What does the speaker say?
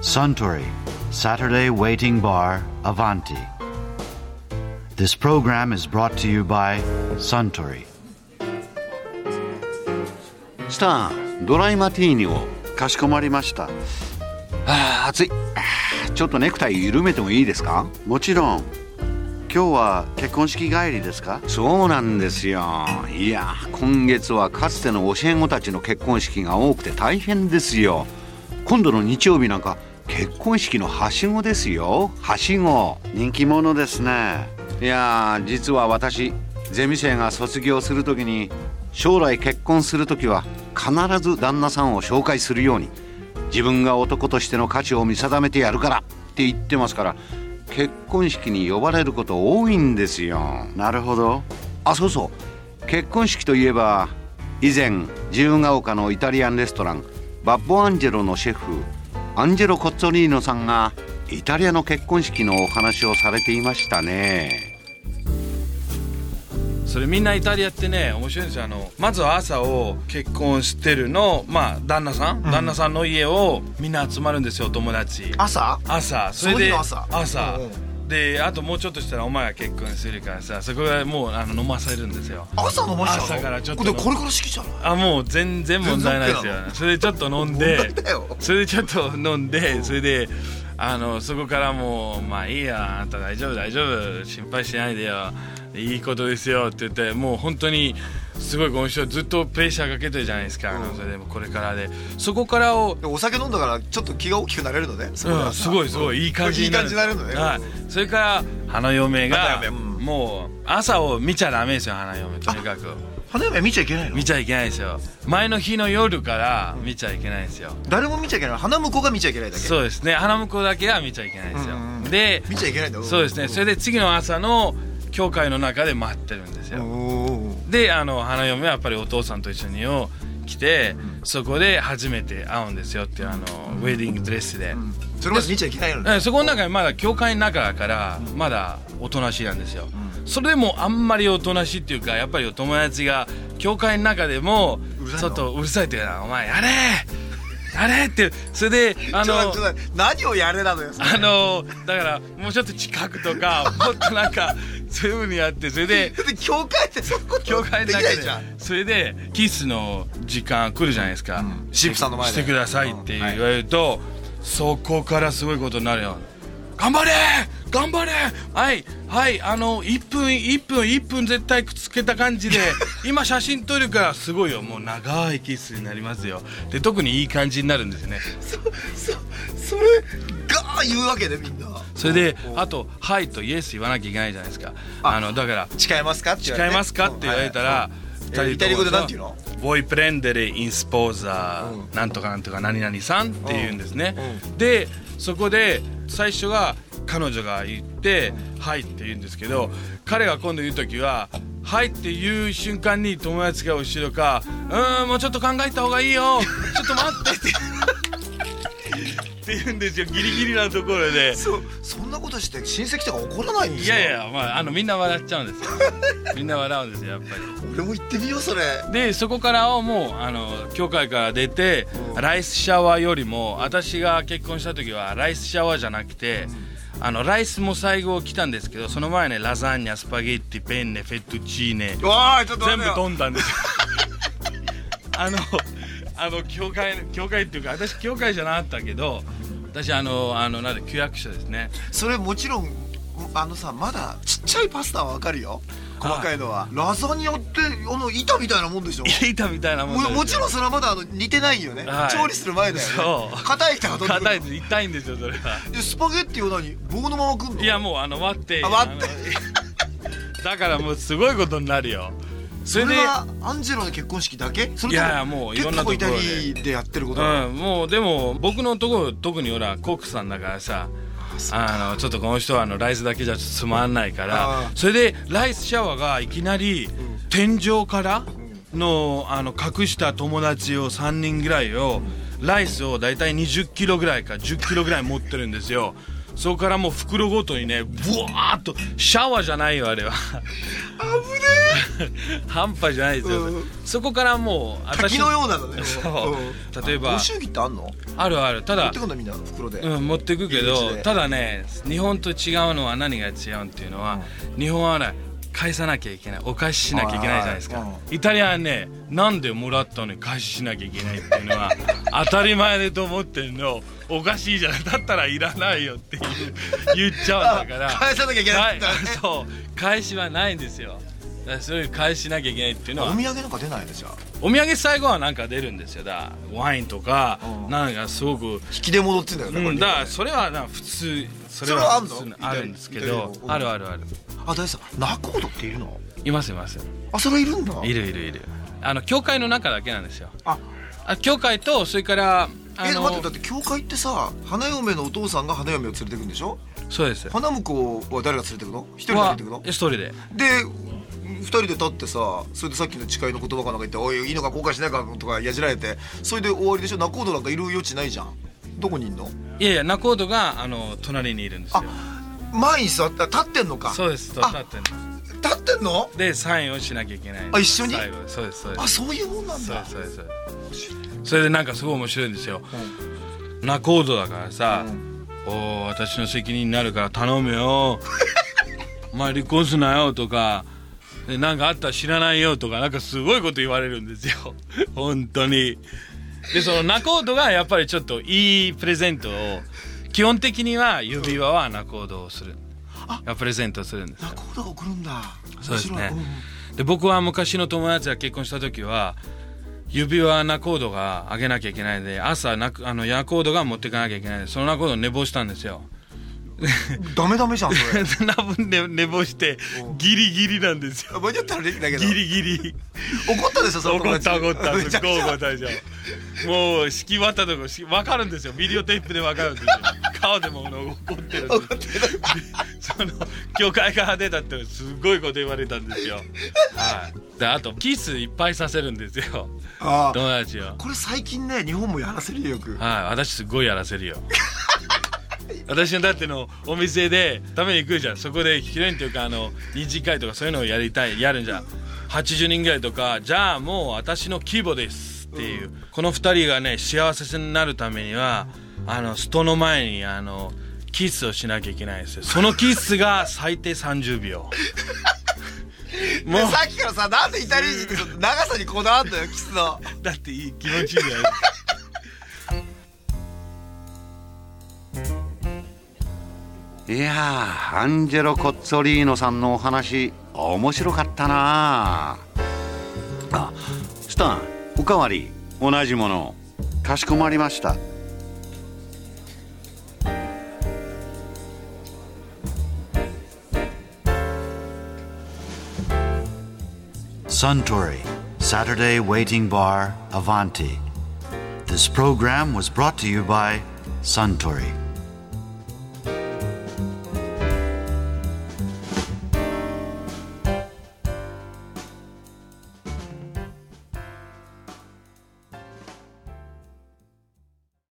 Suntory, Saturday Waiting Bar, Avanti. This program is brought to you by Suntory. スタードライマティーニをかしこまりましたあー暑いあーちょっとネクタイ緩めてもいいですかもちろん今日は結婚式帰りですかそうなんですよいや今月はかつての教え子たちの結婚式が多くて大変ですよ今度の日曜日なんか結婚式のはしごですよはしご人気者ですねいやー実は私ゼミ生が卒業するときに将来結婚するときは必ず旦那さんを紹介するように自分が男としての価値を見定めてやるからって言ってますから結婚式に呼ばれること多いんですよなるほどあそうそう結婚式といえば以前自由が丘のイタリアンレストランバッボアンジェロのシェフアンジェロ・コッツォリーノさんがイタリアの結婚式のお話をされていましたねそれみんなイタリアってね面白いんですよあのまずは朝を結婚してるのまあ旦那さん、旦那さんの家をみんな集まるんですよ友達朝朝それそういでうの朝うんうであともうちょっとしたらお前が結婚するからさそこはもうあの飲まされるんですよ朝飲ましたの朝からちょっとこれこれから式じゃないあもう全然問題ないですよ全然 OK なそれでちょっと飲んでだよそれでちょっと飲んでそれであのそこからもう「まあいいやあんた大丈夫大丈夫心配しないでよいいことですよ」って言ってもう本当にすごいこの人ずっとプレッシャーかけてるじゃないですか、あのそれでもこれからでそこからをでもお酒飲んだからちょっと気が大きくなれるのねそこでうはん、さすごいすごいいい感じになるいい感じになるのねはい、それから花嫁が花嫁うんもう朝を見ちゃダメですよ花嫁とにかく花嫁見ちゃいけないの見ちゃいけないですよ前の日の夜から見ちゃいけないですよ、誰も見ちゃいけない花婿が見ちゃいけないだけそうですね花婿だけは見ちゃいけないですよ、うんうんで見ちゃいけないんだそうですねそれで次の朝の教会の中で待ってるんですおよ、ーであの花嫁はやっぱりお父さんと一緒にを来て、そこで初めて会うんですよっていうあの、ウェディングドレスで、それまで見ちゃいけないのねえそこの中にまだ教会の中だからまだおとなしいなんですよ、それでもあんまりおとなしいっていうかやっぱりお友達が教会の中でもうるさいちょのっとうるさいっていうのは「お前やれやれ!」ってそれであちょっのとちょっと何をやれなのよそれあのだからもうちょっと近くとかもっとなんかそういうふうにやってそれでだって教会ってそんなこと教会のでき中なでいじゃんそれでキスの時間来るじゃないですか、ん神父さんの前でしてくださいって言われると、そこからすごいことになるよ頑張れ頑張れはいはいあの1分1分1分絶対くっつけた感じ で今写真撮るからすごいよもう長いキスになりますよで特にいい感じになるんですねそそそれが言うわけでみんなそれであと「はい」と「イエス」言わなきゃいけないじゃないですかあのだから誓いますかって言われ誓いてますかって言われたらうん二はいはいうんえーイタリア語でなんて言うのボイプレンデレインスポーザーなんとかなんとか何々さんって言うんですねでそこで最初が彼女が言って「はい」って言うんですけど彼が今度言う時は「はい」って言う瞬間に友達が後ろか「うーんもうちょっと考えた方がいい よちょっと待って」ってって言うんですよギリギリなところで。そうそんなことして親戚とか怒らないんでいすかやいや、まあ、あのみんな笑っちゃうんですよみんな笑うんですよやっぱり俺も行ってみようそれでそこからはもうあの教会から出てライスシャワーよりも私が結婚した時はライスシャワーじゃなくてあのライスも最後来たんですけどその前ねラザーニャスパゲッティペンネフェットチーネわーいちょっと全待部ってよ飛んだんですよ あのあの教会教会っていうか私教会じゃなかったけど私あのあのなんだ旧約書ですねそれもちろんあのさまだちっちゃいパスタはわかるよ細かいのはラザニアってあの板みたいなもんでしょ板みた いなもんもですよもちろんそれはまだあの似てないよね、はい調理する前だよねそう硬い板が飛んでく硬いるです痛いんですよそれはでスパゲッティは何棒のままくんのいやもうあの割ってあ割ってあのだからもうすごいことになるよそそれでれはアンジェロの結婚式だけそれともいやいやもういろんなところで結構イタリアでやってることなの、うんもうでも僕のところ特にほらコックさんだからさあのちょっとこの人はあのライスだけじゃちょっとつまんないかあらーそれでライスシャワーがいきなり天井からのあの隠した友達を3人ぐらいをライスを大体2 0キロぐらいか1 0キロぐらい持ってるんですよそこからもう袋ごとにねブワーッとシャワーじゃないよあれは 半端じゃないですよ、うんそこからもう滝のようなのねそう例えばご祝儀ってあんのあるあるた持だってくんだみんな袋で、うん、持ってくけ入り口どでただね日本と違うのは何が違うっていうのは、日本はね返さなきゃいけないお返ししなきゃいけないじゃないですか、うイタリアはねなんでもらったのに返ししなきゃいけないっていうの は当たり前でと思ってるのおかしいじゃないだったらいらないよっていう言っちゃうんだからあ 返さなきゃいけないんだねはいそう返しはないんですよだからそういう返しなきゃいけないっていうのおは土産なんか出ないでしょお土産最後はなんか出るんですよだからワインとかうんなんかすごく引き出戻ってんだよね、こうれん、ねだからそれはな普通そそれはあん普の通あるんですけいたいどたいたあるあるあるあ大地さん仲人っているのいますいますあそれいるんだいるいるいるあの教会の中だけなんですよああ教会とそれからあえの待ってだって教会ってさ花嫁のお父さんが花嫁を連れてくんでしょそうです花婿は誰が連れてくの一人が連れてくはの一人でで二人で立ってさそれでさっきの誓いの言葉かなんか言って「おいいいのか後悔しないか」とかやじられてそれで終わりでしょ仲人なんかいる余地ないじゃんどこにいんのいやいや仲人があの隣にいるんですよ前に座った立ってんのかそうですと立あってんの立ってんのでサインをしなきゃいけないあ一緒に最後そうですそうですあそういうもんなんそうだですそうですそれでなんかすごい面白いんですよ、ナコードだからさ、おー私の責任になるから頼む よお前離婚すなよとかでなんかあったら知らないよとかなんかすごいこと言われるんですよ 本当にでそのナコードがやっぱりちょっといいプレゼントを基本的には指輪はナコードをするプレゼントするんですよ仲人が送るんだそうですね面白いんで僕は昔の友達が結婚した時は指輪ナコードがあげなきゃいけないんで朝なくあのヤコードが持っていかなきゃいけないんでそのナコードを寝坊したんですよ ダメダメじゃんそれなぶんで寝坊してギリギリなんですよ間に合ったらできたけどギリギリ怒ったでしょその怒友っ達た怒った めちすゃっくごいち怒ゃったでしょもう敷き割ったとこ敷き分かるんですよビデオテープで分かるんですよ顔でも怒ってるんです怒ってる その教会から出たってすごいこと言われたんですよ。はい。であとキスいっぱいさせるんですよ。あー友達を。これ最近ね日本もやらせるよよくはい。私すごいやらせる よ。私のだってのお店で食べに行くじゃんそこでヒロインというかあの二次会とかそういうのをやりたいやるんじゃん80人ぐらいとかじゃあもう私の規模ですっていう、この2人がね幸せになるためにはあのストの前にあのキスをしなきゃいけないんですよそのキスが最低30秒 もでうさっきからさなんでイタリア人ってその長さにこだわんだよキスのだっていい気持ちいいじゃないいやーアンジェロ・コッツォリーノさんのお話面白かったなああスタンおかわり同じものをかしこまりました Suntory, Saturday Waiting Bar, Avanti. This program was brought to you by Suntory.